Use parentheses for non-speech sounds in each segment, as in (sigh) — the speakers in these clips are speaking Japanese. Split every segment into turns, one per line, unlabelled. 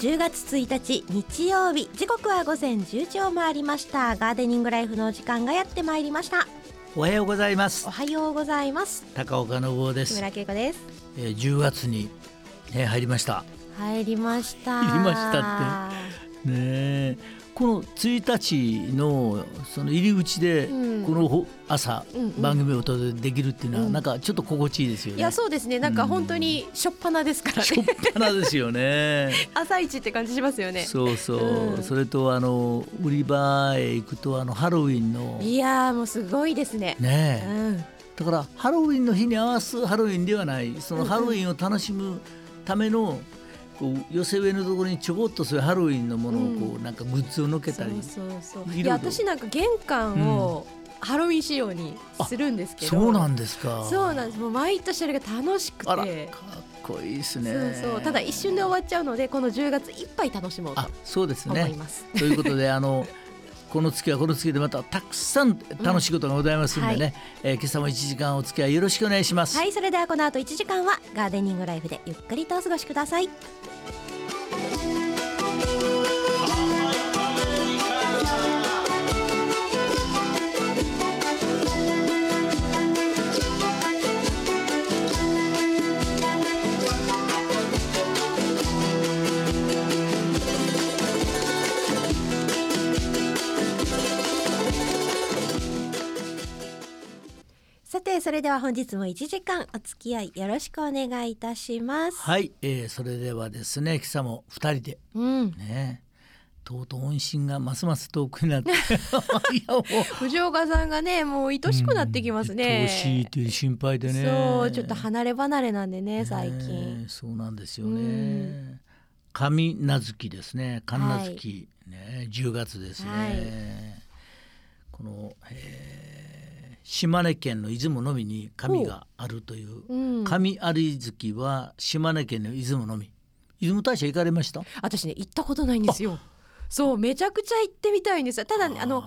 10月1日日曜日時刻は午前10時を回りましたガーデニングライフのお時間がやってまいりました
おはようございます
おはようございます
高岡信夫で
木
す、
村恵子です
えー、10月に、ね、入りました
入りました
入りましたねえこの1日のその入り口でこ
うん
のほ朝、
うんうん
番組をお届けできるっていうのは、
うん
なんかちょっと心地いいですよ
い
ね
やそうですねなんか本当に初っ端ですから
しょっ
ね
ぱなですよね
朝一って感じしますよ (laughs) ね
そうそう、
うん
それとあの売り場へ行くとあのハロウィンの
いやーもうすごいですね
ねえ、
うん
だからハロウィンの日に合わすハロウィンではないそ
うん
の
うん
ハロウィンを楽しむためのこう寄せ植えのところにちょこっとそういうハロウィンのものをこう、なんかグッズをのけたり
そうそうそう
いろ
い
いろ
や私なんか玄関をハロウィン仕様にするんですけど、
そうなんですか
そうなんですもう毎年あれが楽しく
あらかってこいいです
そ
ね
うそうただ一瞬で終わっちゃうのでこの10月いっぱい楽しもうと
あそうです
思い
ね
ます、
ということであのこの月はこの月でまたたくさん楽しいことがございますんでね、
うんは
えー今朝も1時間お付き合いよろしくお願いします、
はいそれではこの後1時間はガーデニングライフでゆっくりとお過ごしくださいさてそれでは本日も1時間お付き合いよろしくお願いいたします、
はい、えーそれではですね今朝も2人で
うん
ねとうとう音信がますます遠く
(laughs)
になっていやもう
藤岡さんがねもう愛しくなってきます
うん
ね、
愛しいという心配でね
そうちょっと離れ離れなんでね最近、
ねそうなんですよ
うん
ね神名月ですね神名月、ね10月ですね、
はい
この、えー島根県の出雲のみに神があるという
うん、
神有月は島根県の出雲のみ出雲大社行かれました
私ね行ったことないんですよそうめちゃくちゃ行ってみたいんですよただねあの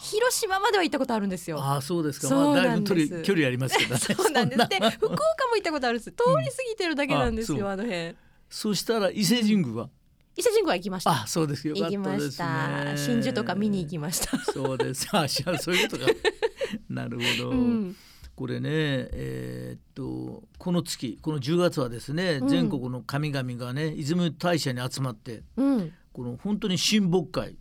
広島までは行ったことあるんですよ
ああそうですか。
そう
まあだ
ないん
ぶ
です
距離距離ありますけど
(laughs)
ね。
そうなんです。で、
そんな
福岡も行ったことあるんです。通り過ぎてるだけなんですよ、
うん
あの辺。
(laughs) そしたら伊勢神宮は、
伊勢神宮は行きました。
あそうですよか
行
っ
き
た
ま
で
し
すね
た。。真珠とか見に行きました。
そうです。あしそういうことか。なるほど。
うん、
これねえーっとこの月この10月はですね、
うん
全国の神々がね出雲大社に集まって
うん、
この本当に親睦会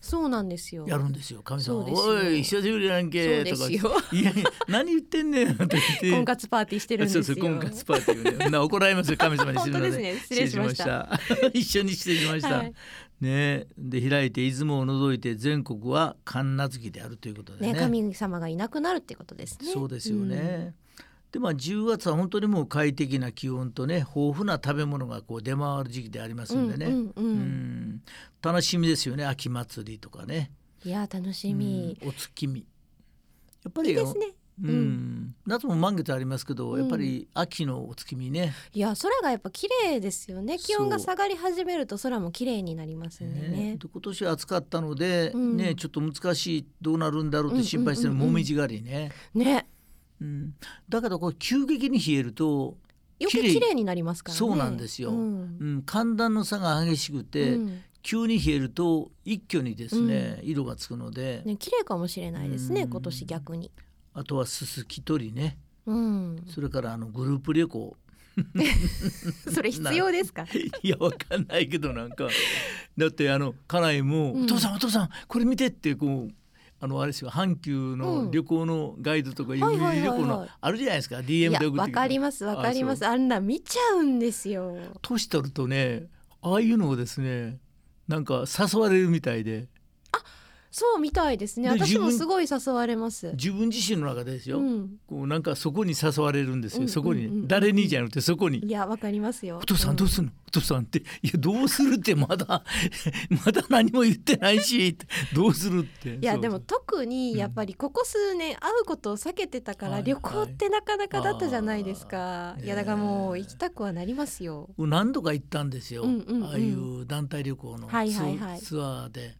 そうなんですよ。
やるんですよ神様
そうですよ
おい久しぶりやん
そう
け
で
とか
すよ。
いやいや何言ってんねんって言って
(laughs) 婚活パーティーしてるんです
そ
よ。
うそう婚活パーティーをねな怒られますよ神様に
本当ですね
すみ
失
ません
礼しました
ました (laughs) 一緒に失礼しました、
はい
ねで開いて出雲を除いて全国は神奈月であるということでね
ね、神様がいなくなるってことですね。
そうですよね、でまあ10月は本当にもう快適な気温とね豊富な食べ物がこう出回る時期であります
うん。
んでね、
うんうんうん
うん楽しみですよね秋祭りとかね、
いや楽しみ、
うんお月見やっぱり
いいですね
うん夏も満月ありますけど、やっぱり秋のお月見ね
いや空がやっぱ綺麗ですよね気温が下がり始めると空も綺麗になりますんでね
ね、で今年は暑かったので、
うん
ねちょっと難しいどうなるんだろうって心配してる
うんうんうんう
も
ん
みじ狩りね、
ね
うんだけどこれ急激に冷えると、
よく綺麗になりますからね。
そうなんですよ
うん
うん、寒暖の差が激しくて、
うん
急に冷えると一挙にですね、色がつくので、
ね綺麗かもしれないですね、
うん
今年逆に。
あとはすすき取りね
うん、
それからあのグループ旅行 (laughs)
それ必要ですか。
いやわかんないけどなんかだってあの家内も、
うん
お父さんお父さんこれ見て」ってこう。あのあれですよ阪急
うん
の旅行のガイドとかいう
はい
旅
はいはいはい
行のあるじゃないですか、
い
DM
や
で送ってくる
わかりますわかりますあんな見ちゃうんですよ。
年取るとねああいうのをですねなんか誘われるみたいで
そうみたいですね
で
私も
自分
すごい誘われます。
自分自身の中でですよ、
うん、
こうなんかそこに誘われるんですよ、
うん
そこ
うんうんうん
に誰にじゃなくてそこに
いやわかりますよ。
お父さんどうするの、お父さんって「いやどうする?」ってまだ (laughs) まだ何も言ってないしどうするって
いや
そう
でも特に
うん
やっぱりここ数年会うことを避けてたか
は
ら
い
旅行ってなかなかだったじゃないですか
あー
いやだからもう行きたくはなりますよ
そう何度か行ったんですよ、
うんうんうん
ああいう団体旅行のツ,、
はいはいはい
ツアーで。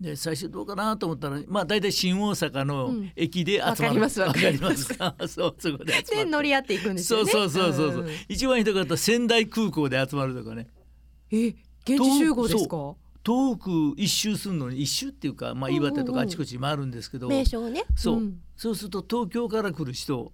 で最初どうかなと思ったらまあ大体新大阪
う
の
ん
駅で集まる、
わかりますわ
わ
か
か
り
り
ま
ますすかそうそこで集ま
で
る
乗り合っていくんです
そ
よ
う
ね
そうそうそうそう、
ん
一番ひどかったら仙台空港で集まるとかね
え現地集合ですか
東北一周するのに一周っていうか、まあ、
うんうんうん
岩手とかあちこち回るんですけど、
名所をね
そう、
ん
そうすると東京から来る人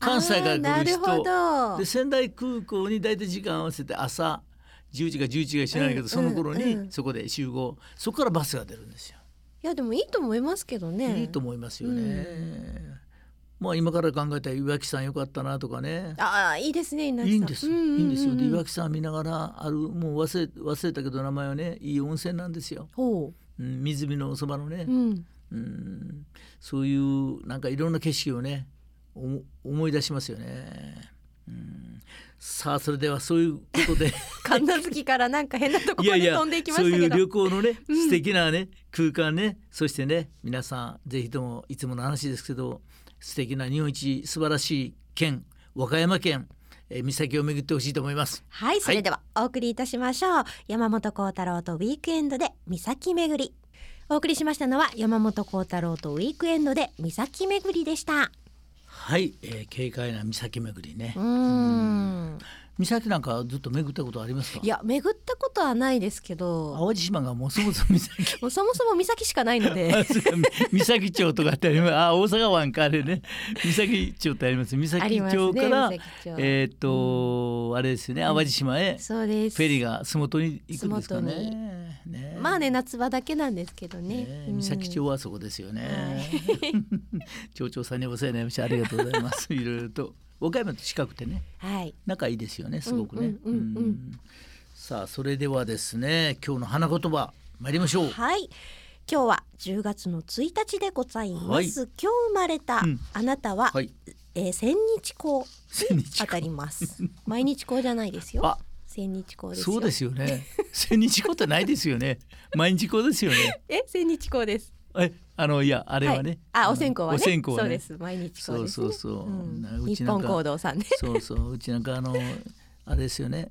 関西から来る
あーなるほ
人
ど
で仙台空港に大体時間合わせて朝10時か11時か知らないけど、
うん
その頃
うんう
に
ん
そこで集合そこからバスが出るんですよ。
いやでもいいと思いますけどね
いいと思いますよね。まあ今から考えたら岩木さんよかったなとかね。
ああいいですね稲垣
い
さ
いんです、
うううう
いいんですよ。で岩木さん見ながらあるもう忘れ忘れたけど名前はねいい温泉なんですよ。
ほ
うん、湖のおそばのね
う、う、ん、
うん、そういうなんかいろんな景色をねおも思い出しますよね。うん、さあそれではそういうこ
(laughs)
とで
(laughs) 神奈月からなんか変なとこ
い
ろ
や
に
いや
飛んでいきま
そ
し
う
た
い
け
う
ど
旅行のね
うん
素敵なね、空間ねそしてね皆さんぜひともいつもの話ですけど素敵な日本一素晴らしい県和歌山県、えー、岬を巡ってほしいと思います。
はいそれではお送りいたしましょう、山本幸太郎とウィークエンドで岬巡りお送りしましたのは山本幸太郎とウィークエンドで岬巡りでした
はい、えー、軽快な岬巡りね
う。ーん
岬なんかずっと巡ったことありますか
い？や巡ったことはないですけど
淡路島がもうそもそも岬 (laughs)
もうそもそも岬しかないので
あそうかみ三崎町とかってあります。あ、大阪湾かあ
(laughs)
れね。三崎町ってあります。三
あ
崎
りますね
町から、
岬町
えーっと、あれですよね。淡路島へ
そうです
フェリーが洲本に行くんですか
洲本に
ね。ね
まあね夏場だけなんですけどね
ね
うん
三崎町はそこですよね。
は
(laughs) 町長さんにお世話になりました。ありがとうございます。いろいろと岡山と近くてね。
はい
仲いいですよね。すごくね。
うんうんうんうん
うんさあそれではですね。今日の花言葉参りましょう。
はい今日は10月の1日でございます、
はい
今日生まれた
うん
あなたは、
はい。
えー千日紅
千日
当たります毎日紅じゃないですよ
あ
千日紅ですよ
そうですよね。千日子ってないです
(laughs)
よね。毎日子ですよね。
え千日紅です
え、あのいやあ
あ
れはね。
あお線香はね
お線香
そ
は
う
ね
で。す毎日
そ
紅
う
です
そ
ね
うそう。
うん
なう
日
ちなん
本行
か
動さんね
(laughs) そうそううちなんかあのあれですよね。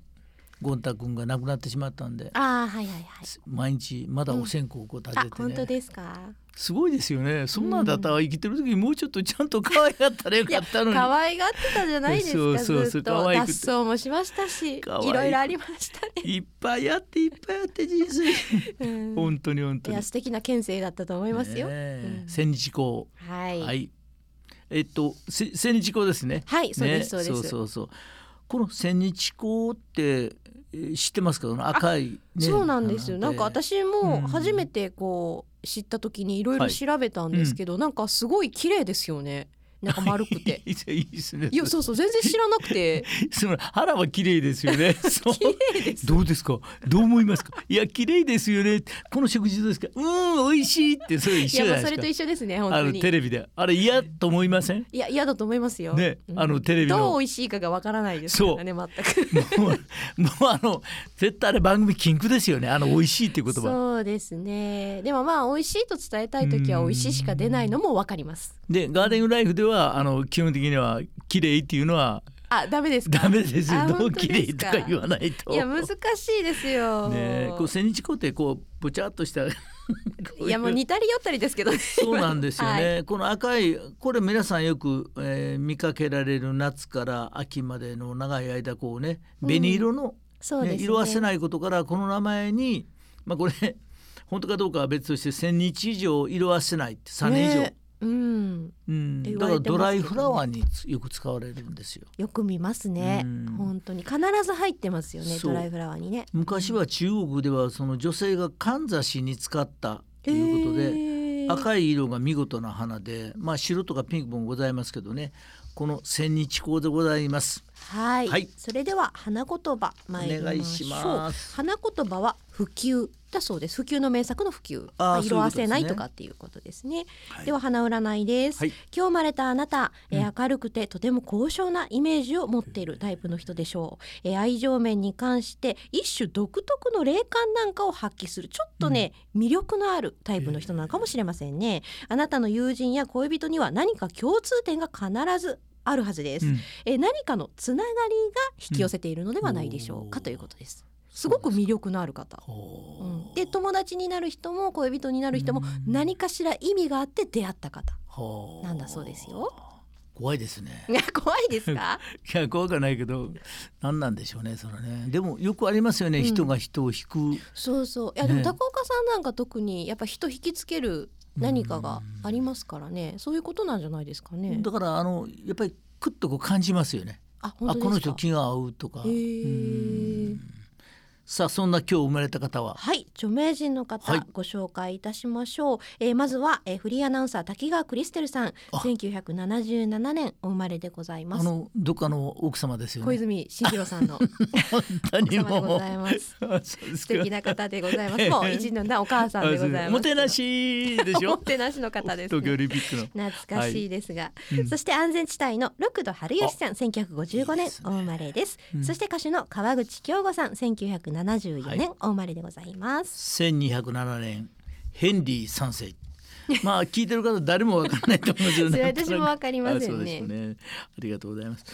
ゴン太くんが亡くなってしまったんで。
あーはいはいはい
毎日まだお線香をこう立
あ
てて
本当
ね、
ですか
すごいですよねそんなんだったら生きてる時にもうちょっとちゃんと可愛かったらよかったのに
可愛がってたじゃないですか
そうそうそう
ずっと
可愛くて
脱走もしましたしい
可愛く
ろいろありましたね、
いっぱいやっていっぱいやって人生
うん
本当に本当
い
に
や素敵な県政だったと思いますよ、
ねえ
うん
千日子
はい、
は
はい、
い。えっと、せ千日紅ですね。
そうです、
ね
そうです
そうそうそうこの千日紅って、えー知ってますか、この赤い、ね。
そうなんですよ。なんか
花で。
私
うん
も初めてこう知った時にいろい
は
ろ
い。
調べたんですけど、なんかすごい綺麗ですよね。なんか丸くて
い (laughs) いですね。
いやそうそう全然知らなくて
その腹は綺麗です
(laughs)
よね。そう
綺麗です。
どうですか。どう思いますか。いや、綺麗ですよね。この食事どうですか。うん、美味しいって、それ
い
(laughs) 一
や
緒じ
ま
ゃ
あ
ない
そ
です
れ
か
と。一緒ですね本
あ
当
の
に。
テレビで、あれ嫌と思いません。
いや嫌だと思いますよ。
ね
うん
あのテレビの
どう美味しいかがわからないですからね全く。
もう、 (laughs) もうあの、絶対あれ番組禁句ですよね。あの美味しいっていう言葉。
そうですね。でもまあ美味しいと伝えたい時は美味しいしか出ないのもわかります。
でガーデンライフではあの基本的には綺麗っていうのは (laughs)
あダメですか。
ダメですよ
あ
どう
本当
綺
で
麗
す
と
か
か言わないと
いや難しいですよ。
ねえこう千日紅ってこうぼちゃっとしたこういう
いやもう似たり寄ったりですけどね。
そうなんですよね、
は
この赤いこれ皆さんよく、えー見かけられる夏から秋までの長い間こうね紅色の、
そう
ね
ですね。
色あせないことからこの名前にまあこれ (laughs) 本当かどうかは別として千日以上色あせないって3年以上、
ねうん、
うん、
言
だ
われ
から
てますけどね
ドライフラワーにつよく使われるんですよ。
よく見ますね
うん。
本当に必ず入ってますよね。
そう
ドライフラワーにね。
昔は中国ではその女性がかんざしに使ったということで、
でい
赤い色が見事な花で、まあ、白とかピンクもございますけどねこの千日紅でございます。
はい、
はい
それでは花言葉参り
お
ま
願い
し
し
ょ
ま
う。
す
花言葉は普及だそうです。普及の名作の普及。ま
あーそういうことですね
色あせないとかっていうことですね。
はい
では花占いです。
はい
今日生まれたあなた、えー
う
明るくてとても高尚なイメージを持っているタイプの人でしょう、えー愛情面に関して一種独特の霊感なんかを発揮するちょっとね、魅力のあるタイプの人なのかもしれませんね、あなたの友人や恋人には何か共通点が必ずあるはずです、
うん
えー何かのつながりが引き寄せているのではないでしょうか、
うん
ということですすごく魅力のある方
ほ
うん
う
で友達になる人も恋人になる人も
うん
何かしら意味があって出会った方
ほう
なんだそうですよ
怖いですね。
いや怖いですか
いや怖くはないけど何なんでしょうねそれね。でもよくありますよね、
うん
人が人を引く。
(laughs) そうそういやでも
ね
高岡さんなんか特にやっぱ人引きつける何かがありますからねそういうことなんじゃないですかね
だからあのやっぱりクッとこう感じますよね。
あ
あ
本
こ
当
の
です
人
か
気が合うとか。
へー
うんさあそんな今日生まれた方は
はい著名人の方、
はい
ご紹介いたしましょう、えーまずは、えーフリーアナウンサー滝川クリステルさん
あ
1977年お生まれでございま
あ
す
のどっかの奥様ですよ
小
ね。
泉進次郎さんの
(laughs) 本当に
様で
も
ご
う
ざい
(laughs)
ます
あそうです
素
か
敵な方でござい
(laughs)
ますもう偉人のなお母さんでございます
あそうおもてなしでし
おも
ょ。
てなしの方です、
東京オ
ね、
リンピックの。
懐かしいですが、
うん
そして安全地帯の六度春吉さん1955
いい
年
ですね
お生まれです
うん
そして歌手の川口京吾さん1974
はい
年お生まれでございます、
1207年ヘンリー三世まあ聞いてる方誰もわかんないと思うんですよ
そ
ね
れ (laughs) 私もわかりませんね
あそうですよねありがとうございます、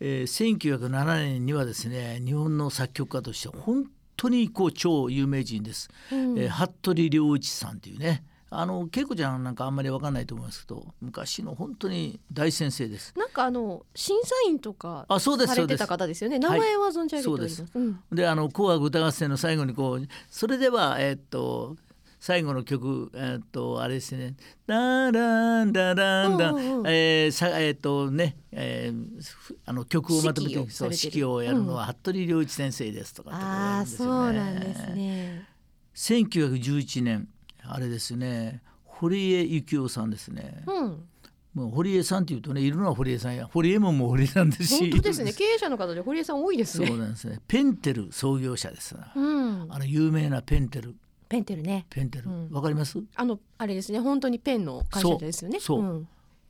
えー、1907年にはですね日本の作曲家として本当にこう超有名人です、
うん
えー服部良一さんというねあの恵子ちゃんなんかあんまりわかんないと思いますけど昔の本当に大先生です
なんかあの審査員とか
あそうです
さ
そ
れ
うで
て
す
た方ですよね名
はい
前は存じ上げております,、
そう
うん
であの「紅白歌合戦」の最後にこうそれではえーっと最後の曲えーっとあれですね「ダーランダランダン
うんうんうん
えーさえーっとね、えーふあの曲をまとめて
指揮を
そう
されてる
指揮をやるのは服部良一先生ですとかってこと
ああ
ですよ
そうなんですね
1911年あれですね堀江幸雄さんですね、
うん
もう堀江さんっていうとねいるのは堀江さんや堀江門も堀江さんですし
本当ですね経営者の方で堀江さん多いです
そ
ね
うなんですねペンテル創業者ですな
うん
あの有名なペンテル
ペンテルね
ペンテル、
うん
わかります
あのあれですね本当にペンの会社ですよね
そうそうん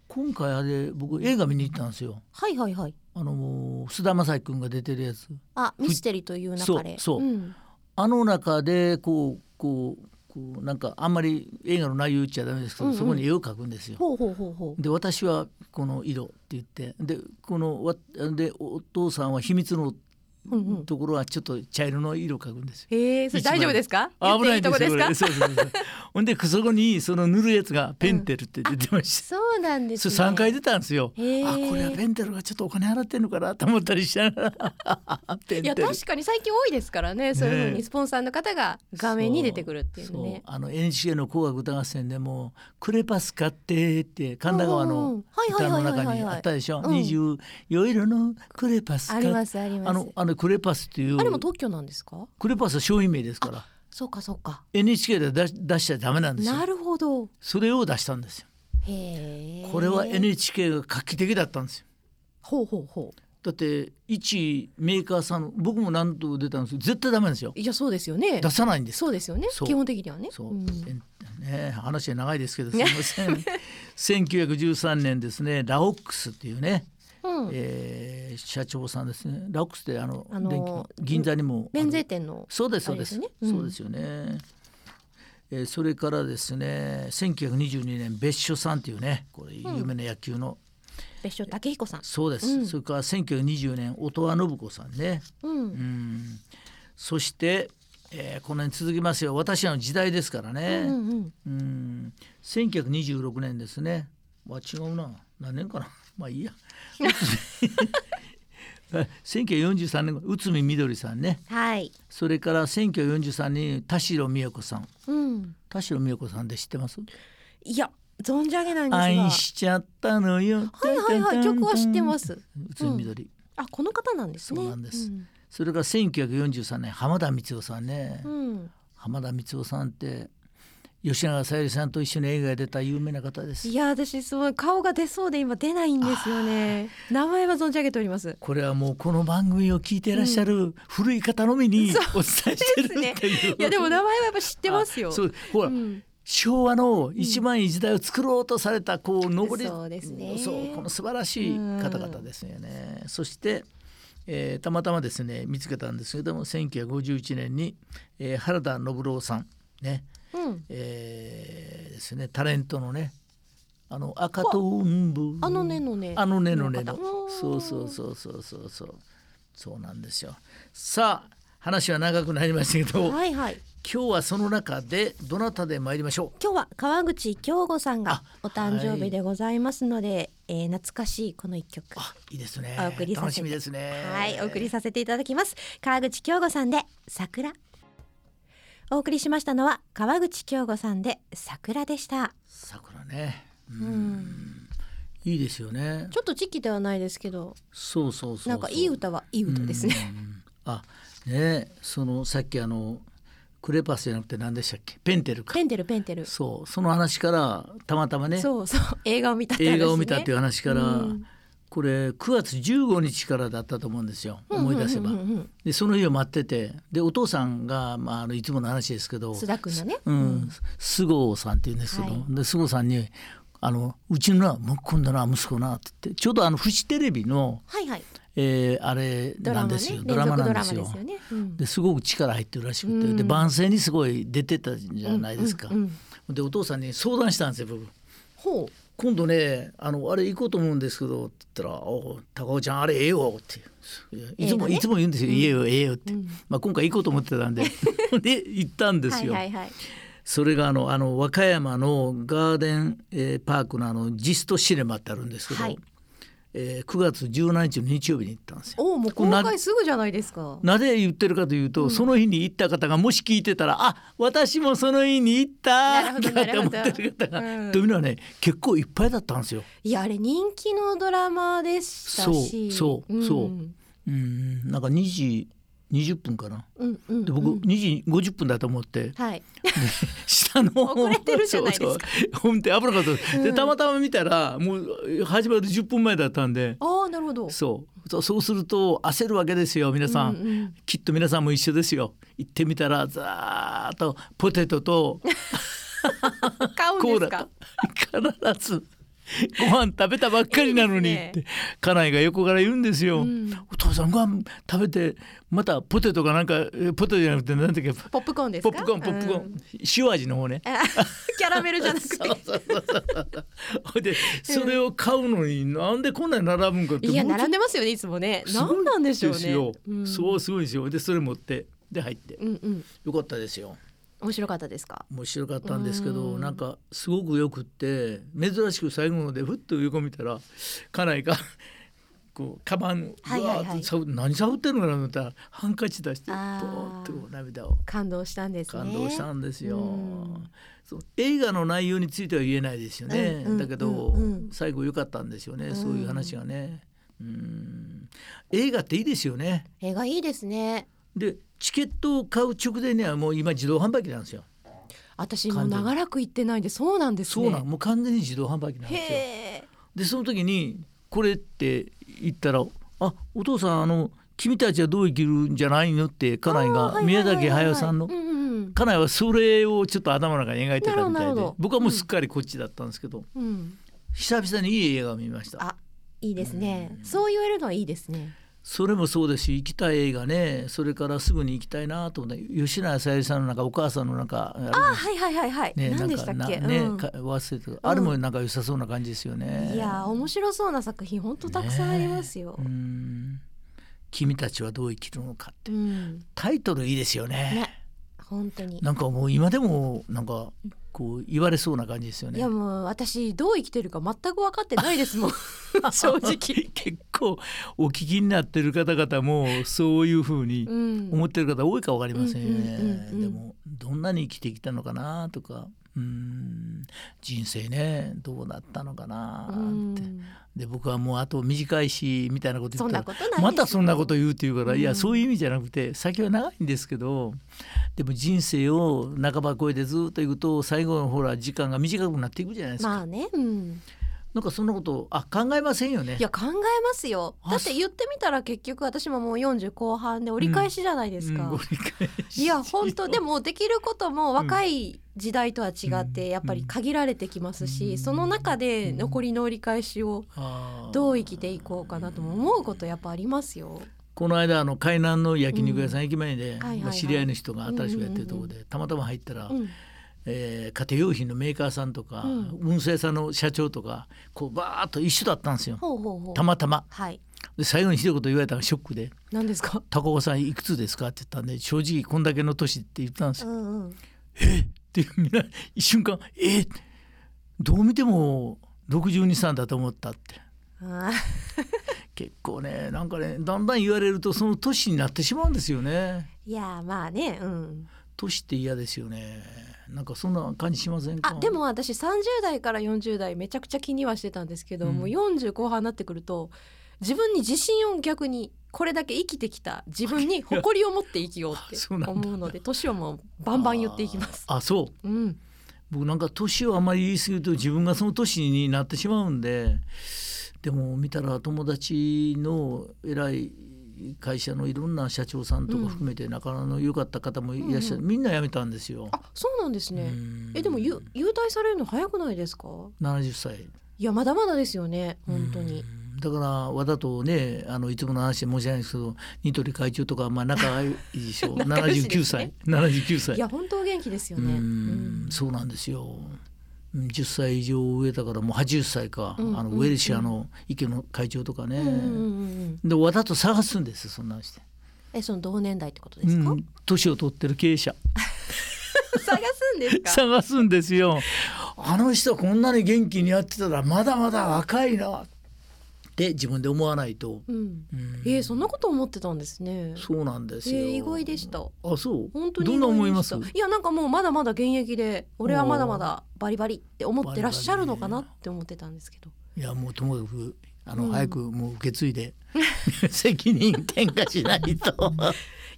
今回あれ僕映画見に行ったんですよ
はいはいはい
あの菅田将暉君が出てるやつ
あミステリーという中で
そうそうんあの中でこうこうこうなんかあんまり映画の内容言っちゃダメですけど、
うんうん
そこに絵を描くんですよ
ほうほうほうほう
で私はこの色って言ってでこのわでお父さんは秘密の
うんうん
ところはちょっと茶色の色を描くんですよ、
へえそれ大丈夫ですか
危ないんです
言ってい
よ
いとこですか
これそうそうそうほんでそこにその塗るやつがペンテルって出てました、
そうなんです
そう
ね
3回出たんですよ。あ
へー
これはペンテルがちょっとお金払ってんのかなと思ったりしながらペン
い
テ
や
ル
確かに最近多いですからねそういうふう
ねえ
にスポンサーの方が画面に出てくるっていう
そ
の
う
ね
あの NHK の「紅白歌合戦」でも「クレパス買って」って神田川
うんう
の
んはいは
歌
いは
の
いはい
中
はい
にあったでしょ「
うん
二十四色のクレパス
あ
買
り
っ
ま
て」
すあります
あのあのクレパスっていう
あれも特許なんですか
クレパスは商品名ですから
そうかそうか
NHK で出し出しちゃダメなんですよ
な。るほど
それを出したんですよ。
へえ
これは NHK が画期的だったんですよ。
ほうほうほう
だって一メーカーさん僕も何度出たんですけど絶対ダメですよ。
いやそうですよね
出さないんです。
そうですよね
そう
基本的にはね
そう、
ん
えね話は長いですけどすみません1913年ですねラオックスっていうね、
うん
えー社長さんですねラオックスってあの、
あのー
電気の銀座にも
免税店の
そうです
あ
そう
れ
で
ですすよねうん
そうですよね、えーそれからですね1922年別所さんっていうねこれ有名な野球の、
別所武彦さん
そうです、
うん
それから1920年音羽信子さんね
う
うんんそして、えーこの辺続きますよ私らの時代ですからね、
うんうん
うん、1926年ですね。まあ違うな。何年かな。 (laughs) まあいいや。1943年内海みどりさんね。
はい
それから1943年田代美代子さん。
うん
田代美代子さんで知ってます？
いや存じ上げないんですが
愛しちゃったのよ。。
はいはいはい曲は知ってますす
内海みどり。
あこの方なんですね
そうなんです
うん
それから1943年浜田光夫さんね。
うん
浜田光夫さんって吉永小百合さんと一緒に映画に出た有名な方です
い。や私すごい顔が出そうで今出ないんですよね名前は存じ上げております
これはもうこの番組を聞いていらっしゃる古い方のみに
そう
お伝えしてる
ですね
っていう。
いやでも名前はやっぱ知ってますよ
あそうほら、
うん
昭和の一番いい時代を作ろうとされたこう上り、
そうですね
そうこの素晴らしい方々ですよね。そして、えーたまたまですね見つけたんですけども1951年に、えー原田信郎さんね、
うん
えーですねタレントのねあの赤とんぼ
あのねのね
あのねのね
の
の
方
そうそうそうそうそうそうそうなんですよさあ話は長くなりましたけど、
はいはい。
今日はその中でどなたで参りましょ
今日は川口京吾さんが
あ
お誕生
はい
日でございますので、えー懐かしいこの一曲
う。あ、いいですね。
お送りさせて
楽しみですね。
はい、お送りさせていただきます。川口京吾さんで桜。お送りしましたのは川口京吾さんで桜でした。
桜ね。う、
うんん、
いいですよね。
ちょっと時期ではないですけど、
そうそうそうそう。
なんかいい歌はいい歌ですね。
うん。あ、ね、そのさっきあのクレパスじゃなくて何でしたっけ？ペンテル
(laughs)
か
ペ。ンテルペンテル。
そう、その話からたまたまね、
そうそう、映画を見たって話ね
映画を見たっていう話から、
うん
これ9月15日からだったと思うんですよ。思い出せば。
うんうんうんうん
でその日を待っててでお父さんが、まあ、あのいつもの話ですけど
須田君のね。
うん菅生さんっていうんですけど、
はい
で菅生さんにあの「うちのなもう今度な息子な」って言ってちょうどあのフジテレビの、
はいはい。
えーあれ
ド
な
ラマ
んで
ね
すよ、。
連続ド
なん
ラ
で
マ
す
で
よ。
すよね。うん
ですごく力入ってるらしくて、
うん
で番宣にすごい出てたじゃないですか。
うんうん
でお父さんに相談したんですよ僕。
ほう。
今度ねあのあれ行こうと思うんですけどって言ったら「おう高尾ちゃんあれええよ」って言うんですいやいつ
映
も、
画ね
いつも言うんですよ「ええよええよ」って、
うん
まあ、今回行こうと思っ
(laughs)
てたんでで行ったんですよ。
はいはいはい。
それがあのあの和歌山のガーデン、えーパークのあのジストシネマってあるんですけど、
はい
えー9月17日の日曜日に行ったんですよ。
おお、もう公開すぐじゃないですか。
なぜ言ってるかというと、その日に行った方がもし聞いてたら「あ私もその日に行った!」
なるほどな
って
る
思
ほ
っ
ど
てる方が、
うん
というのはね結構いっぱいだったんですよ。
いやあれ人気のドラマでしたし
そうそうそうんうんなんか2時20分かな。
うんうん
で僕
うん
2時50分だと思って、
はい
下の方
遅れてるじゃないですか
そうそうほんで危なかったです、でたまたま見たらもう始まる10分前だったんで
ああなるほど
そうそうそうすると焦るわけですよ皆さ
う
ん、
んうん
きっと皆さんも一緒ですよ行ってみたらざーっとポテトと
買う
コ
ん
ー
です
ラ
か
と必ずご飯食べたばっかりなのに
い
っ
いで
て
すね
家内が横から言うんですよ、
うん
お父さんご飯食べてまたポテトかなんかえポテトじゃなくてなんだっけ
ポップコーンです
ポ
か
ップコーンポップコーン、
うん
塩味の
(laughs)
方ね
あ (laughs) キャラメルじゃなくて
そうそうそう (laughs) そうほいでそれを買うのになんでこんなに並ぶんかって
いや
もうちょ
並んでますよねいつもね
っとすごい
なんなんでしょう
すよ
ねうん
そうすごいですよでそれ持ってで入って
うんうん
よかったですよ
面白かったですか
面白かったんですけど
うん
なんかすごくよくって珍しく最後のでふっと横見たら家内がこうカバンう
はいはいはい
わーっと触って何触ってるのかなと思ったらハンカチ出してポ
あー
ーッとこう涙を
感動したんですね
感動したんですよ、
うん
そう映画の内容については言えないですよね、
うんうん
だけど、
うんうん
最後良かったんですよね、
うん
そういう話がねうん映画っていいですよね
映画いいですね
でチケットを買う直前にはもう今自動販売機なんですよ
私もう長らく行ってないんでそうなんです
そう
ね
なん、もう完全に自動販売機なんですよ
へえ
でその時にこれって言ったら「あお父さんあの君たちはどう生きるんじゃないの?」って家内
あーは
が
いはいは
宮
いはい
崎駿さんの
うんうん
家内はそれをちょっと頭の中に描いてたみ
なる
たい
ほどなる
で
ほど
僕はもうすっかりこっちだったんですけど、
うんうん
久々にいい映画を見ました
あいいですね、そう言えるのはいいですね
それもそうですし行きたい映画ねそれからすぐに行きたいなと思って吉永小百合さんのなんかお母さんのなんかあれ
あはいはいはいはい、
ね
何
なん
で
か
したっ
な
け、
ね、
うん
か忘れてたあれもなんか良さそうな感じですよね、
いやー面白そうな作品本当たくさんありますよ、
ねうん君たちはどう生きるのかって
うん
タイトルいいですよね
ね本当に
なんかもう今でもなんかこう言われそうな感じですよ
い
ね
やもう私どう生きてるか全く分かってないです
(laughs)
もん正直、
結構お聞きになってる方々もそういうふうに
うん、
思ってる方多いか分かりませんよ
うんうんうんう
ね。
ん
でもどんなに生きてきたのかなとかうん人生ねどうなったのかなって、
うん
で僕はもうあと短いしみたいなこと言
そ
っ
ん
た
な
ら
ことないです
またそんなこと言うっていうから、
うん
いやそういう意味じゃなくて先は長いんですけどでも人生を半ば超えてずっといくと最後のほら時間が短くなっていくじゃないですか、
まあね、うん、
なんかそんなことあ考えませんよね
いや考えますよ
あ
だって言ってみたら結局私ももう40後半で折り返しじゃないですか、
うんご理解し
いや本当でもできることも若い時代とは違っ
うん
てやっぱり限られてきますし、
うん
その中で残りの折り返しを
(laughs) あー
どう生きていこうかなとも思うことやっぱありますよ。
この間あの海南の焼肉屋さん駅前で、
はいはいはい
まあ知り合いの人が新しくやってるところで、たまたま入ったら、
うん、
えー家庭用品のメーカーさんとか、
うん
運送屋さんの社長とかこうバーッと一緒だったんですよ
ほうほうほう。
たまたま。
はい。
で最後にひどいこと言われたのがショックで
何ですか
「高岡さんいくつですか?」って言ったんで「正直こんだけの年」って言ったんですよ。
んうん
っていうみんな一瞬間「えーどう見ても62歳だと思った」って
あ
結構ねなんかねだんだん言われるとその年になってしまうんですよね。
ーいやーまあねうん
年って嫌ですよね。なんかそんな感じしませんか
あでも私30代から40代めちゃくちゃ気にはしてたんですけど、
うん
もう40後半になってくると自分に自信を逆にこれだけ生きてきた自分に誇りを持って生きよう (laughs) って
そうなんだ
思うので年をもうバンバン言っていきます。
ああそう
うん、
僕なんか年をあまり言い過ぎると自分がその年になってしまうんででも見たら友達の偉い会社のいろんな社長さんとか含めて仲の良かった方もいらっしゃる、
うん
みんな辞めたんですよ。
あそうなんですね。
うん
えでもゆ優待されるの早くないですか
70歳
いやまだまだですよね本当に
うんだから和田とねあのいつもの話で申し訳ないですけどニトリ会長とかまあ仲いいでしょ
(laughs) 仲良しで
79
す
歳
ね
79歳
いや本当お元気ですよ
う
ね
んそうなんですようん10歳以上上だからもう80歳か、
うん
あの
うん
ウェルシアの池の会長とかね、
うんうんうんうん
で和田と探すんですそんなんして
えその同年代ってことですか、
うん年を取ってる経営者
(laughs) 探すんですか
探すんで
(laughs)
すよあの人こんなに元気にやってたらまだまだ若いなって自分で思わないと、
うん
うん
えー、そんなこと思ってたんですね
そうなんですよ、
えー意外でした
あそう
本当に
ど
意
んな
外
思い
で
ま
し
す
たいやなんかもうまだまだ現役で俺はまだまだバリバリって思ってらっしゃるのかなって思ってたんですけど
いやもうともかくあの、
うん
早くもう受け継
(laughs)
いで責任転嫁しないと。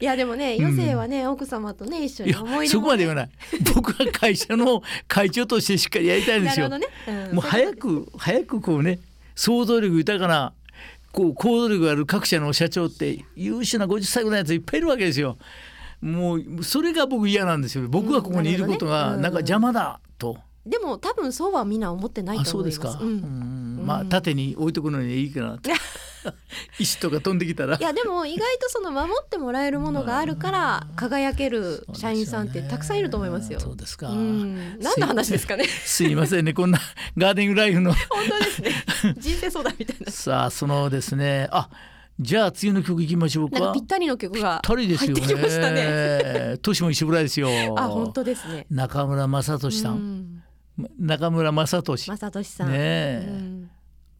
いやでもね余生はね、奥様とね一緒
い
に思い
や
出
そ
も
こまで言わない僕は会社の会長としてしっかりやりたいんで
な
す
る
よ。
ほどね、ん
もう
そうい
早
こ
く早くこうね想像力豊かなこう行動力ある各社の社長って優秀な50歳ぐらいのやついっぱいいるわけですよ。もうそれが僕嫌なんですよ。僕はここにいることが
うん
なんか邪魔だと。
とでも多分そうはみんな思ってない
あ
と
そう
思い
で
ますす
か。う
うん
ん
うん
まあ縦に置いとくのにいいか
(laughs)
なって。石とか飛んできたら
い。やでも意外とその守ってもらえるものがあるから輝ける社員さんってたくさんいると思いますよ。
そうですか。
うん、何の話ですかね。
すいませんねこんなガーデニングラ
(laughs)
イフの
本当ですね。人生相談みたいな。
さあそのですねあじゃあ次の曲いきましょ
な
う
ん
か
かぴったりの曲が
二人ですよ
入ってきました
ね年も一緒ぐらいですよ
あ本当ですね。
中村雅俊さ、
うんん。
中村雅俊ね
まさとしさん。
え
うん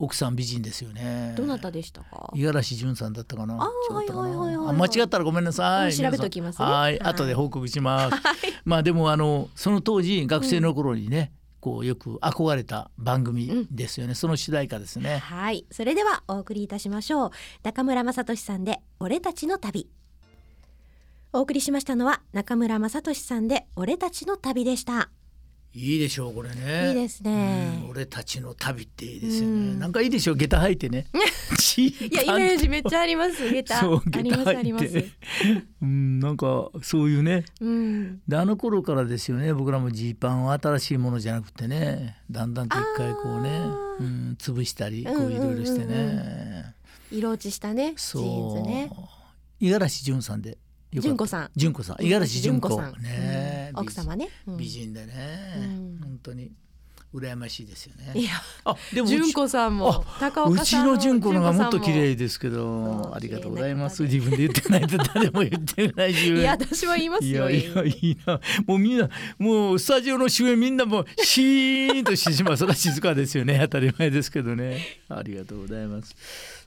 奥さん美人ですよね
どなたでしたか。
五十嵐潤さんだったかな
あー
違ったかな
はいはいはいはい
あ間違ったらごめんなさい
うん調べときますね
皆さんは
は
い
い
後で報告します (laughs) まあでもあのその当時学生の頃にね、こうよく憧れた番組ですよね、その主題歌ですね
はい、それではお送りいたしましょう。中村雅俊さんで俺たちの旅。お送りしましたのは中村雅俊さんで俺たちの旅でした。
いいでしょうこれね
いいです
う
ね
ん。俺たちの旅っていいですよね、
うん
なんかいいでしょ下駄履いてね
(laughs) いやイメージめっちゃあります。下駄
そう
ありますありま
下駄
す
履い。て (laughs) うんなんかそういうね
うん。
であの頃からですよね僕らもジーパンは新しいものじゃなくてねだんだんと一回こうね
あ、
う
ー
ん、潰したりこ
うん
う
うん
い
うんうん
ろいろしてね、
色落ちしたね。ジ
そう
ーンズね。
五十嵐潤さんでよかった
純子さん。
純子さん五十嵐純子
さん
ね、
うん奥様ね。うん
美人美人でね、
うん
本当に羨ましいですよね
いや、
あでもうち
純子さんも高
う
岡
ち
さんも
の純子のがもっと綺麗
純
ですけど
ん
ありがとうございます
綺
自分で言ってないと誰も言ってない
子さん
自分
もいや私は言います
い
よ。
やいやいいなもうみんなもうスタジオの周辺みんなもうシーンとしてしまうそれは静かですよね当たり前ですけどねありがとうございます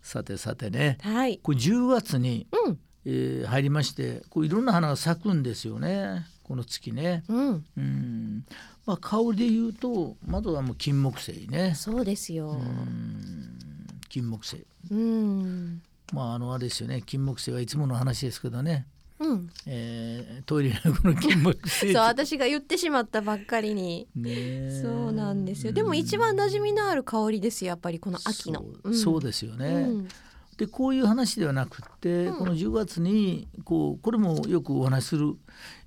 さてさてね
はい。
これ10月に、
うん
えー入りましてこういろんな花が咲くんですよねこの月ね
うん。
うんまあ香りで言うとまずはもう金木犀ね
そうですよ。
うん金木犀
うん。
まああのあれですよね金木犀はいつもの話ですけどね、
うん。
えートイレのこの金木
そ
犀
う私が言ってしまったばっかりに。
ね
そうなんですよ。でも一番馴染みのある香りですよやっぱりこの秋の
そう,、。
ん
そうですよね、
うん
でこういう話ではなくって、
うん
この10月にこうこれもよくお話しする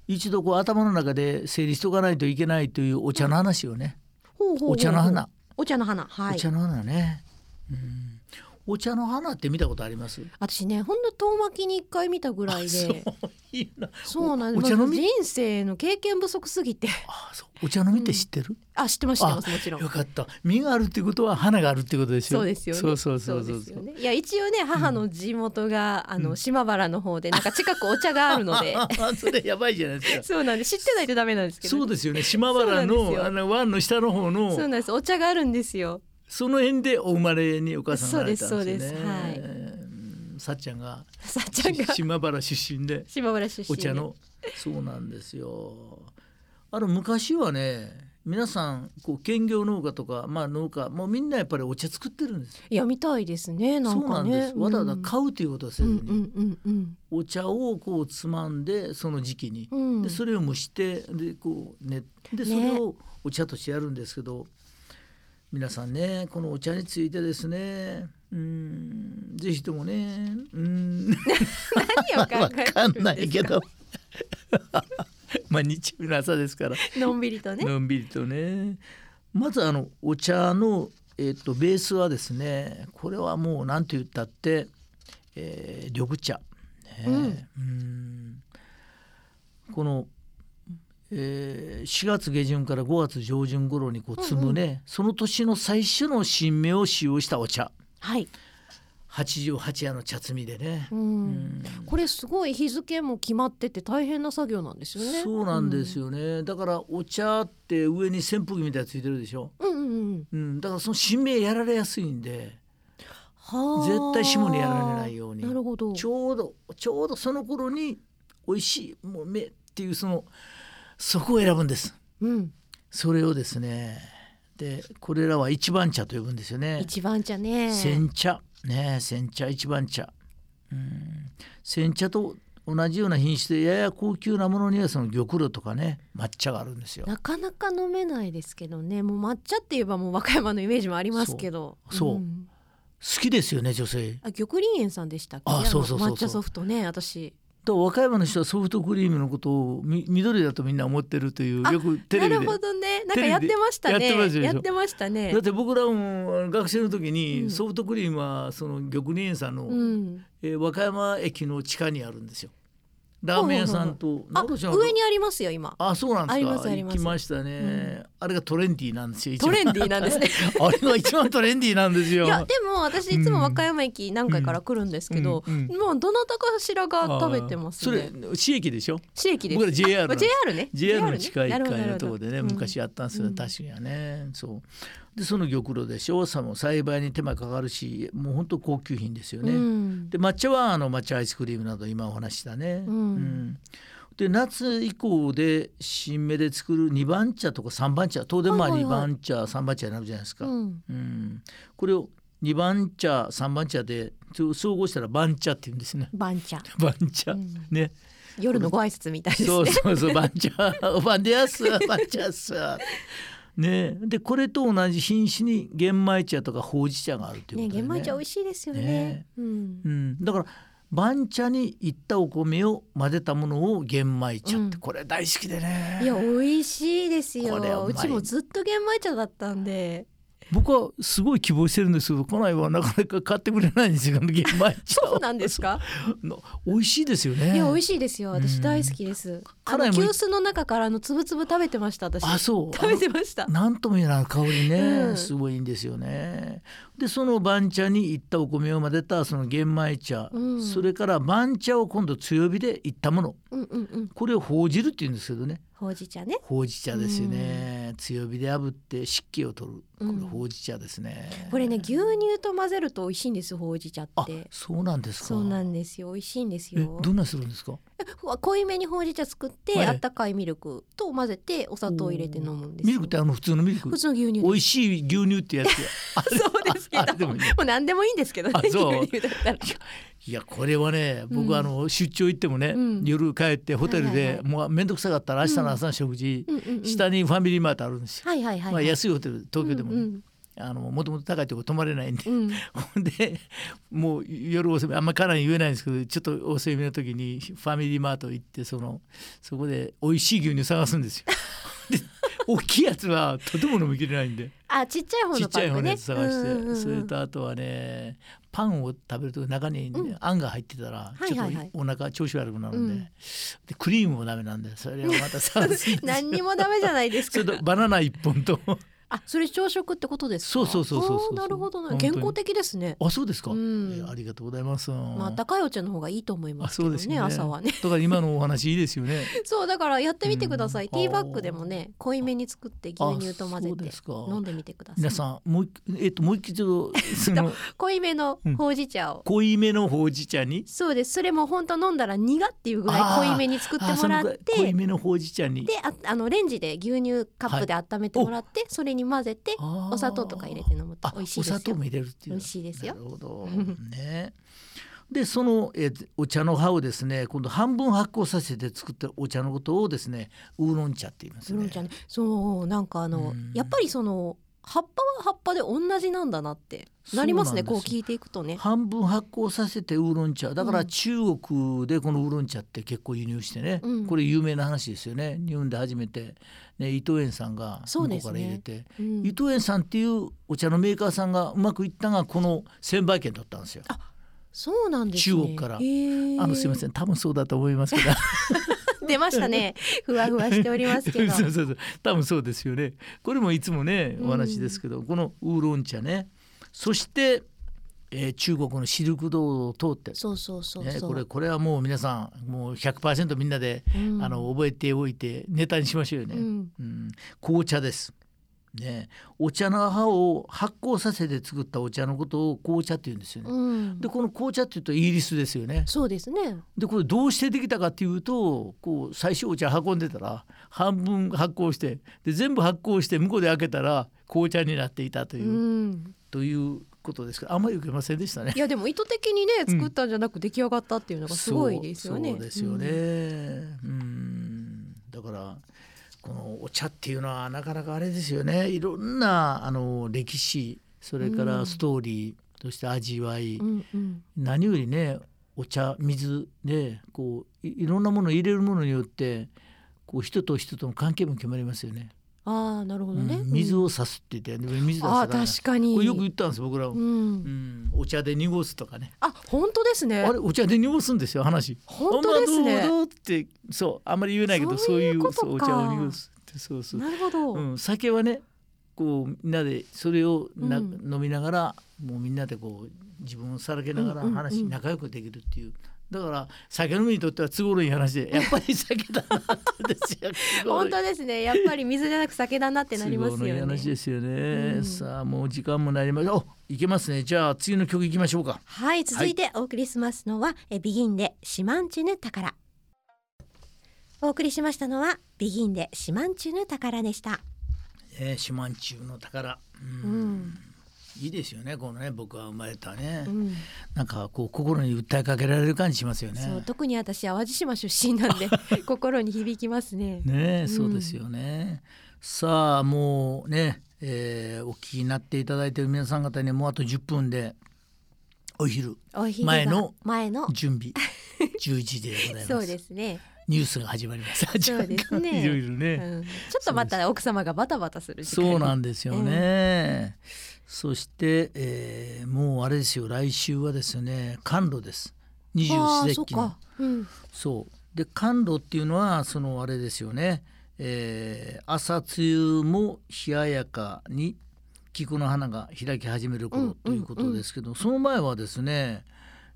一度こう頭の中で整理しとかないといけないというお茶の話をね、
ほうほうほうほう
お茶の花。
お茶の花。はい。
お茶の花ね、うんお茶の花って見たことあります
私ねほんの遠巻きに一回見たぐらい
(laughs) そう
で
いいな
そうなん
おお
です、
茶
ま
飲
あ
み
人生の経験不足すぎて
あそうお茶の実って知ってる、
あ知ってます知ってますもちろん
よかった実があるってことは花があるってことでしょ
そうですよね
そうそうそう
そ
そうう
ですよねいや一応ね母の地元が、あの島原の方でなんか近くお茶があるの
(laughs)
で
それやばいじゃないですか
そうなんで知ってないとダメなんですけど
そう
ね
ですよね島原
そうなんですよ
のあの湾の下の方
そうなん
の
ですお茶があるんですよ
その辺でお生まれにお母さんがなられたんですよ
そ
ね
うですそうですはい
うんさっちゃんが
さっちゃんが
島原出身で
島原出身で
お茶のそうなんですよあの昔はね皆さんこう兼業農家とか、まあ、農家もうみんなやっぱりお茶作ってるんですよ
いやみたいですねなん
そうな
か
んで
ね
すわざわざ
う
買うということはせ
ん
ずに、
うんうんうん
お茶をこうつまんでその時期に、
うん
でそれを蒸してでこうねでそ
ね
れをお茶としてやるんですけど、皆さんねこのお茶についてですねうんぜひともね
(laughs)
うん
何を考え
わ
てるんです
かんないけど (laughs) まあ日曜日の朝ですから
(laughs) のんびりとね
のんびりとねまずあのお茶の、えっとベースはですねこれはもう何と言ったって、えー緑茶、ねうんこの、えー4月下旬から5月上旬頃にこう摘むね、その年の最初の新芽を使用したお茶
はい、
88夜の茶摘みでね。
うん
うん
これすごい日付も決まってて大変な作業なんですよね
そうなんです
よ、
よね、だからお茶って上に扇風機みたいなのついてるでしょ、
うん、うんうんうん
うん、だからその新芽やられやすいんで
はあ
絶対霜にやられないように
なるほど
ちょうどちょうどその頃に美味しいもう芽っていうそのそこを選ぶんです
うん
それをですねでこれらは一番茶と呼ぶんですよね
一番茶ね
煎茶ねえ煎茶一番茶うん煎茶と同じような品種でやや高級なものにはその玉露とかね抹茶があるんですよ
なかなか飲めないですけどねもう抹茶って言えばもう和歌山のイメージもありますけど
そうそうん好きですよね女性
あ玉林園さんでしたっけ
あ
の
そうそうそうそう
抹茶ソフトね私
と和歌山の人はソフトクリームのことをみ緑だとみんな思ってるという
あ
よくテレビ
な
で
るほどねなん
テレビ
か
で
やってましたね
やってましたでしょ
ましたね
だって僕らも学生の時
うん
にソフトクリームはその玉林園さんの、
うん
えー和歌山駅の地下にあるんですよラーメン屋さんと
あ
なんか知らんけど
上にありますよ今
あそうなんですか
ありますあります
行きましたね、
うん
あれがトレンディーなんですよ一
ト
番
レンディーなんですね
あれ (laughs) が一番トレンディーなんですよ
いやでも私いつも和歌山駅何回から来るんですけど、
うんうん
もうどなたかしらが食べてますね
あーそれ市駅でしょ
市駅です
僕ら JR
あまあ JR ね
JR の
ね
地下1
なるほど
階のところで
な
ね
るほど
昔やったんですよね、
うん
確かにはねそうでその玉露でしょさも栽培に手間かかるしもう本当高級品ですよ
うん
ね、
うん
で抹茶はあの抹茶アイスクリームなど今お話ししたね、
うん
で夏以降で新芽で作る2番茶とか3番茶当然まあ
はいはい
2
はい
番茶3番茶になるじゃないですか、
うん
うんこれを2番茶3番茶で総合したら番茶って言うんですね
番茶
番茶、
うん
ね
夜のご挨拶みたいですね
そうそうそう、バンチャー、バンデアス、バンチャス。ねえ、で、これと同じ品種に玄米茶とかほうじ茶があるという
ね
ことで、
玄
ね。
米茶美味しいですよね
ね
うん
うん、だから、番茶にいったお米を混ぜたものを玄米茶って、
うん
これ大好きでね。
いや美味しいですよ
これうまいう
ちもずっと玄米茶だったんで
僕はすごい希望してるんですけど、こないはなかなか買ってくれないんですよ、玄米茶を。
そうなんですか
の美味しいですよね。
いや美味しいですよ
う
私
ん
大好きですあ
辛い
の
もん
急須の中からあのつぶつぶ食べてました私
あ、そう。
食べてました
なんとも言えない香りね、
うん
すごいんですよね。でその番茶にいったお米を混ぜたその玄米茶、
うん
それから番茶を今度強火でいったもの
うんうんうん
これをほうじるって言うんですけどね
ほうじ茶ね
ほうじ茶ですよね、強火で炙って湿気を取るこ
うん
れほうじ茶ですね。
これね牛乳と混ぜると美味しいんですほうじ茶っ
あ
て
そうなんですか。
そうなんですよ美味しいんです
え
よ
どんなにするんですか。
ふわ濃いめにほうじ茶作って、
はい
あったかいミルクと混ぜてお砂糖を入れて飲むんです
ミ
よ
ルクってあの普通のミルク
普。通の牛乳
美
で
味しい牛乳ってやつ
(laughs)
や。
すそうですけ
あれで
ど
も
も
いいう
何でもいいんですけどね
あそう
牛乳だったら
いやこれはね僕、
うん
あの出張行ってもね、
うん
夜帰ってホテル
はいはい
で
はい
もう面倒くさかったら明日の朝の食事、
うんうんうん
下にファミリーマートあるんですよ、
はいはいはいはい、
まあ、安いホテル東京でもね、
うんうん
あのもともと高いとこ泊まれないんで、
うん、
ほん (laughs) でもう夜遅めあんま家内に言えないんですけどちょっと遅めの時にファミリーマート行ってその
(laughs)
そこで美味しい牛乳探すんですよ。で大きいやつはとても飲みきれないんで
あちっちゃい方
ちっ
の
ち
パ
ゃい
ン
方
粉
の
ね
やつ探して、
うんうんうん (laughs)
それとあとはねパンを食べると中にね、
うん
あんが入ってたら
はい
ちょっ
はいはい
とお腹調子悪くなるんで,、
うん
でクリームもダメなんでそれはまた探す
(laughs) 何にもダメじゃないです
そ
か
れとバナナ一
(laughs)
本と
あそれ朝食ってことですか
そうそうそうそうそう
あーなるほどな
本当に
健康的ですね
あそうですか、
うん
えーありがとうございます、
まあ温かいお茶の方がいいと思いま
あ
すけ
そう
ど
で
ね
すよね
朝はね
だから今のお話いいですよね
そうだからやってみてください、
うん
ティーバッグでもね濃いめに作って牛乳と混ぜ
あそう
て
ですか
飲んでみてくださ
皆
い
さんもう一えっともう一度
(laughs)
その
濃いめの
うん
ほうじ茶を、
濃いめのほうじ茶に
そうですそれも本当飲んだら苦っていうぐら
あ
い
ー
濃いめに作って
あ
もらっ
その濃い
て
めのほうじ茶に
でああのレンジで牛乳カップで温めてもらって、それに混ぜてお
お
砂糖とか入れて飲むと
あ
美味しいです
お
よ
砂糖も入れるってい
美
う
味しいですよ
なるほ
(laughs)
どねでそのえーお茶の葉をですね今度半分発酵させて作ったお茶のことをですねウーロン茶って言います
ウー
ね
ロン茶ねそうなんかあの、
うん
やっぱりその葉っぱは葉っぱで同じなんだなって
そう
な
なんで
り
す
ますねこう聞いていくとね
半分発酵させてウーロン茶だか
う
ら
ん
中国でこのウーロン茶って結構輸入してね、
うん
これ有名な話ですよね日本で初めて、ね、伊藤園さんが向
そう
こ
で
う
す
か
ね
ら入れて、
うん
伊藤園さんっていうお茶のメーカーさんがうまくいったのがこの専売権だったんですよ。
そうなんですね
中国から
へー
あのすいません多分そうだと思いますけど
(laughs) 出ましたねふわふわしております (laughs) けど
(laughs) そうそうそう多分そうですよねこれもいつもねお話ですけど、このウーロン茶ねそして、えー中国のシルク道を通って
そうそうそう
ね、
そう、
これこれはもう皆さんもう100%みんなで、
うん
あの覚えておいてネタにしましょうよね、
う
うん
ん
紅茶です、ね、お茶の葉を発酵させて作ったお茶のことを紅茶って言うんですよね、
うん
でこの紅茶っていうとイギリスですよね
そうですね
でこれどうしてできたかっていうとこう最初お茶運んでたら半分発酵してで全部発酵して向こうで開けたら紅茶になっていたと
う
いう、
ん
ということですからあんまり受けませんでしたね
い。やでも意図的にね作ったんじゃなく出来上がったっていうのがすごいですよね、
そうそうですよね。うん、だからこのお茶っていうのはなかなかあれですよね。いろんなあの歴史、それか
うん
らストーリー、そして味わい、
うん、うんうん
何よりね、お茶、水でこういいろんなものを入れるものによって。こう人と人との関係も決まりますよね。
ああなるほどね、
うん水をさすって言って、水出す
ああ
から、
ー確かに
これよく言ったんです僕らも、
う、
うんん、お茶で濁すとかね。
あ本当ですね
あれお茶で濁すんですよ話。
本当です
あんま
ね
どうどうってそうあんまり言えないけど
そ
そうう
い
いうう
こと
そうお
か
茶を濁すってそうそう。
なるほど、
うん酒はねこうみんなでそれをな、
うん
飲みながらもうみんなでこう自分をさらけながら
うんうんうん
話、仲良くできるっていう。だから酒飲みにとっては都合のいい話でやっぱり酒だなって私は
(laughs) 本当ですねやっぱり水じゃなく酒だなってなりますよ
都合のいい
ね
話ですよね、
うん
さあもう時間もなりましたおいけますねじゃあ次の曲いきましょうか
はい続いてお送りしますのは、えビギンでシマンチュヌ宝お送りしましたのはビギンでシマンチュヌ宝でした
えー、四万中の宝、
う
う
んん、
いいですよねこのね僕は生まれたね、
うん
なんかこう心に訴えかけられる感じしますよね
そう特に私淡路島出身なん
(laughs)
で心に響きますね
ね
ん
えそうですよね、さあもうね、えーお聞きになっていただいている皆さん方にはもうあと10分でお昼
お昼が
前の
前の (laughs)
準備11時でございます
そうですね、
ニュースが始まります
そうです
(laughs)
ね
いろいろね、
うん、ちょっとまた奥様がバタバタする時間
そうなんんですよね。そして、えーもうあれですよ来週はですね寒露です二十
あ
四
あ
節
そっ
気の
か、うん、
そうで寒露っていうのはそのあれですよね、えー朝露も冷ややかに菊の花が開き始め
う
る
ん
頃ということですけど、その前はですね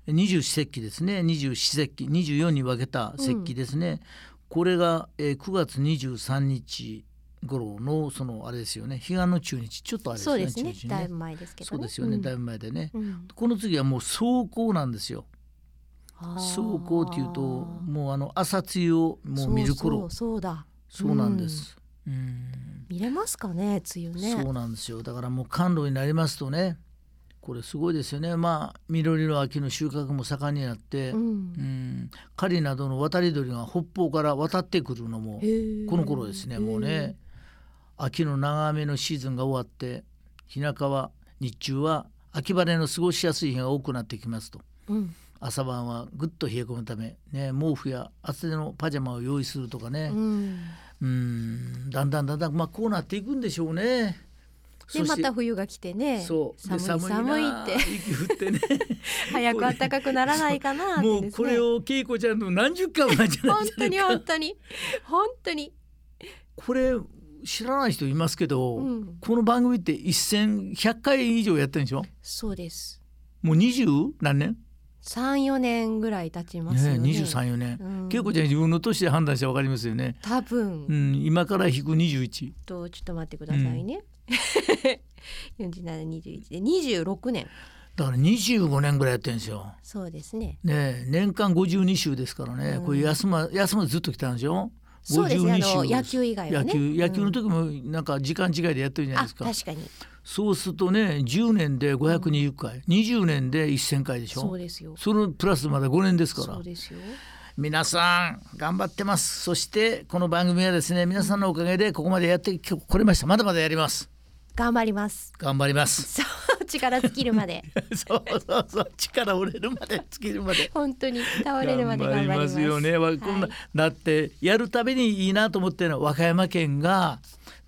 二十四節気ですね二十四節気二十四に分けた節気ですね、これが、えー、9月23日頃のそのあれですよね彼岸の中日ちょっとあれです
そ
ね
うですね
中日
だいぶ前ですけどね
そうですよね、
ん
だいぶ前でね、
うん
この次はもう霜降なんですよ
あー
霜降っていうともうあの朝露をもう見る
そ
頃そう
うそうそうだ
なんです、うん
見れますかね梅雨ね
そうなんですよだからもう甘露になりますとねこれすごいですよねまあ緑の秋の収穫も盛んになって、う
うんん
狩りなどの渡り鳥が北方から渡ってくるのも
へー
この頃ですねもうね秋の長雨のシーズンが終わって日中は日中は秋晴れの過ごしやすい日が多くなってきますと
うん
朝晩はぐっと冷え込むため、ね、毛布や厚手のパジャマを用意するとか
う
ね
ん
うんだんだんだんだん、まあ、こうなっていくんでしょうね。
で
そ
ま
して
た冬が来てね
そう
寒
で
い寒い
な
って
息振
(laughs)
ってね
早く暖かくならないかなってです、
も
ね、
うこれを恵子ちゃんの何十回もなんじゃない
本
ですか
当に本当に本当に、
これ知らない人いますけど、
うん、
この番組って1100回以上やってるんでしょ
そうです
もう20何年
三四年ぐらい経ちますよ
ね
ね
234年、
うん
恵子ちゃん自分の年で判断してわかりますよね、
多分、
うん、今から引く21
とちょっと待ってくださいね、4721で26年
だから25年ぐらいやってるんですよ
そうですね
ねえ年間52週ですからね、
うん
これ休ま休まずずっと来たんでしょ
そうですねあ
52週
の野球以外は
野
ね
球野球の
時
時もなんか時間違いでやってるじゃな
あ
いですか、
確かに
そうするとね10年で520回、20年で1000回でしょ
そうですよ
そのプラスまだ5年ですから
そうですよ
皆さん頑張ってますそしてこの番組はですね皆さんのおかげでここまでやってきこれましたまだまだやります
頑張ります
頑張りま
(laughs)
す
そう力尽きるまで
そうそうそう力折れるまで尽きるまで
本当に倒れるまで頑張ります
ますよね、わこん
は
な
い
だってやるたびにいいなと思ってるのは和歌山県が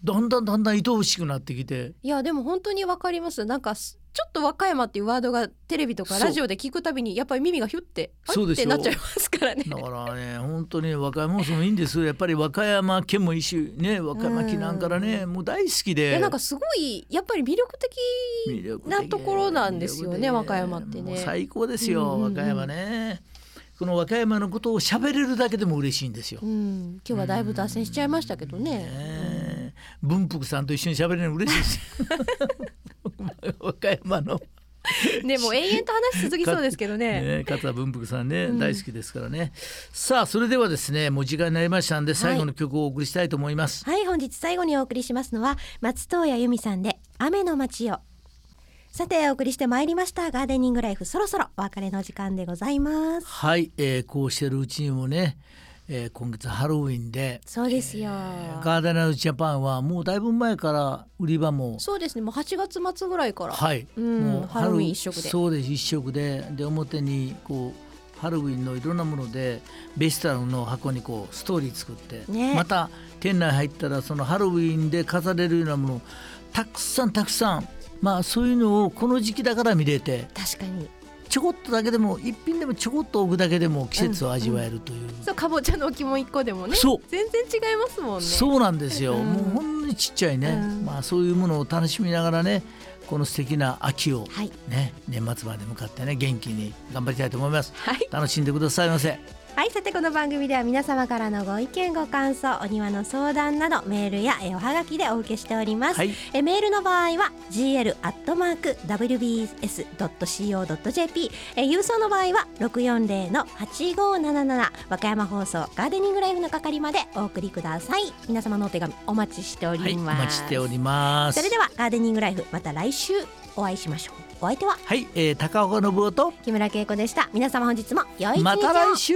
どんどんどんどん愛おしくなってきて
いやでも本当にわかりますなんかすちょっと和歌山っていうワードがテレビとか
そう
ラジオで聞くたびにやっぱり耳がヒュってあ
そう
っ
でしてょ
なっちゃいますから
(laughs)
ね
だからね本当に和歌山もそもいいんですよやっぱり和歌山県もいいしね和歌山県なんからねもう大好き
い
で
やなんかすごいやっぱり魅力的
魅力的
なところなんですよね
魅力的
和歌山ってね
もう最高です
うん
よ
うんう
和
ん
歌山ねこの和歌山のことを喋れるだけでも嬉しいんですよ
う。ん、今日はだいぶ脱線しちゃいましたけどね。
ねえ文福さんと一緒に喋れるの嬉し
(laughs)
いです。 (laughs) 和歌山の、
ね、もう永遠と話し続きそうですけどね。
ね、桂文福さんね、
うん
大好きですからねさあそれではですねもう時間になりましたんで最後の曲をお送りしたいと思います、
はい、本日最後にお送りしますのは松任谷由実さんで雨の街よ。さて、お送りしてまいりましたガーデニングライフ、そろそろお別れの時間でございます。
はい、えーこうしてるうちにもね、えー今月ハロウィンで
そうですよ。
ガーデナーズジャパンはもうだいぶ前から売り場も
そうですね、もう8月末ぐらいから。
はい、
うん
もう
ハロウィン一色で
そうです一色でで表にこうハロウィンのいろんなものでベスタルの箱にこうストーリー作って、
ね
また店内入ったらそのハロウィンで飾れるようなものをたくさんたくさんまあそういうのをこの時期だから見れて
確かに。
ちょこっとだけでも一品でもちょこっと置くだけでも季節を味わえるという、
そう、かぼちゃの置きも1個でもね。
そう
全然違いますもんね。
そうなんですよ、
うん
もうほんのにちっちゃいね、
うん
まあそういうものを楽しみながらねこの素敵な秋を
はい。
ね、年末まで向かってね元気に頑張りたいと思います
はい。
楽しんでくださいませ
はい、さてこの番組では皆様からのご意見ご感想お庭の相談などメールやえーおはがきでお受けしております、
はい
えメールの場合は gl アットマーク wbs.co.jp え郵送の場合は640の8577和歌山放送ガーデニングライフの係までお送りください皆様のお手紙お待ちしてお
はい
り
お
ます、
待ちしております
それではガーデニングライフまた来週お会いしましょうお相手は
はい、えー、高岡信夫と
木村恵子でした皆様本日も良い一日を
また来週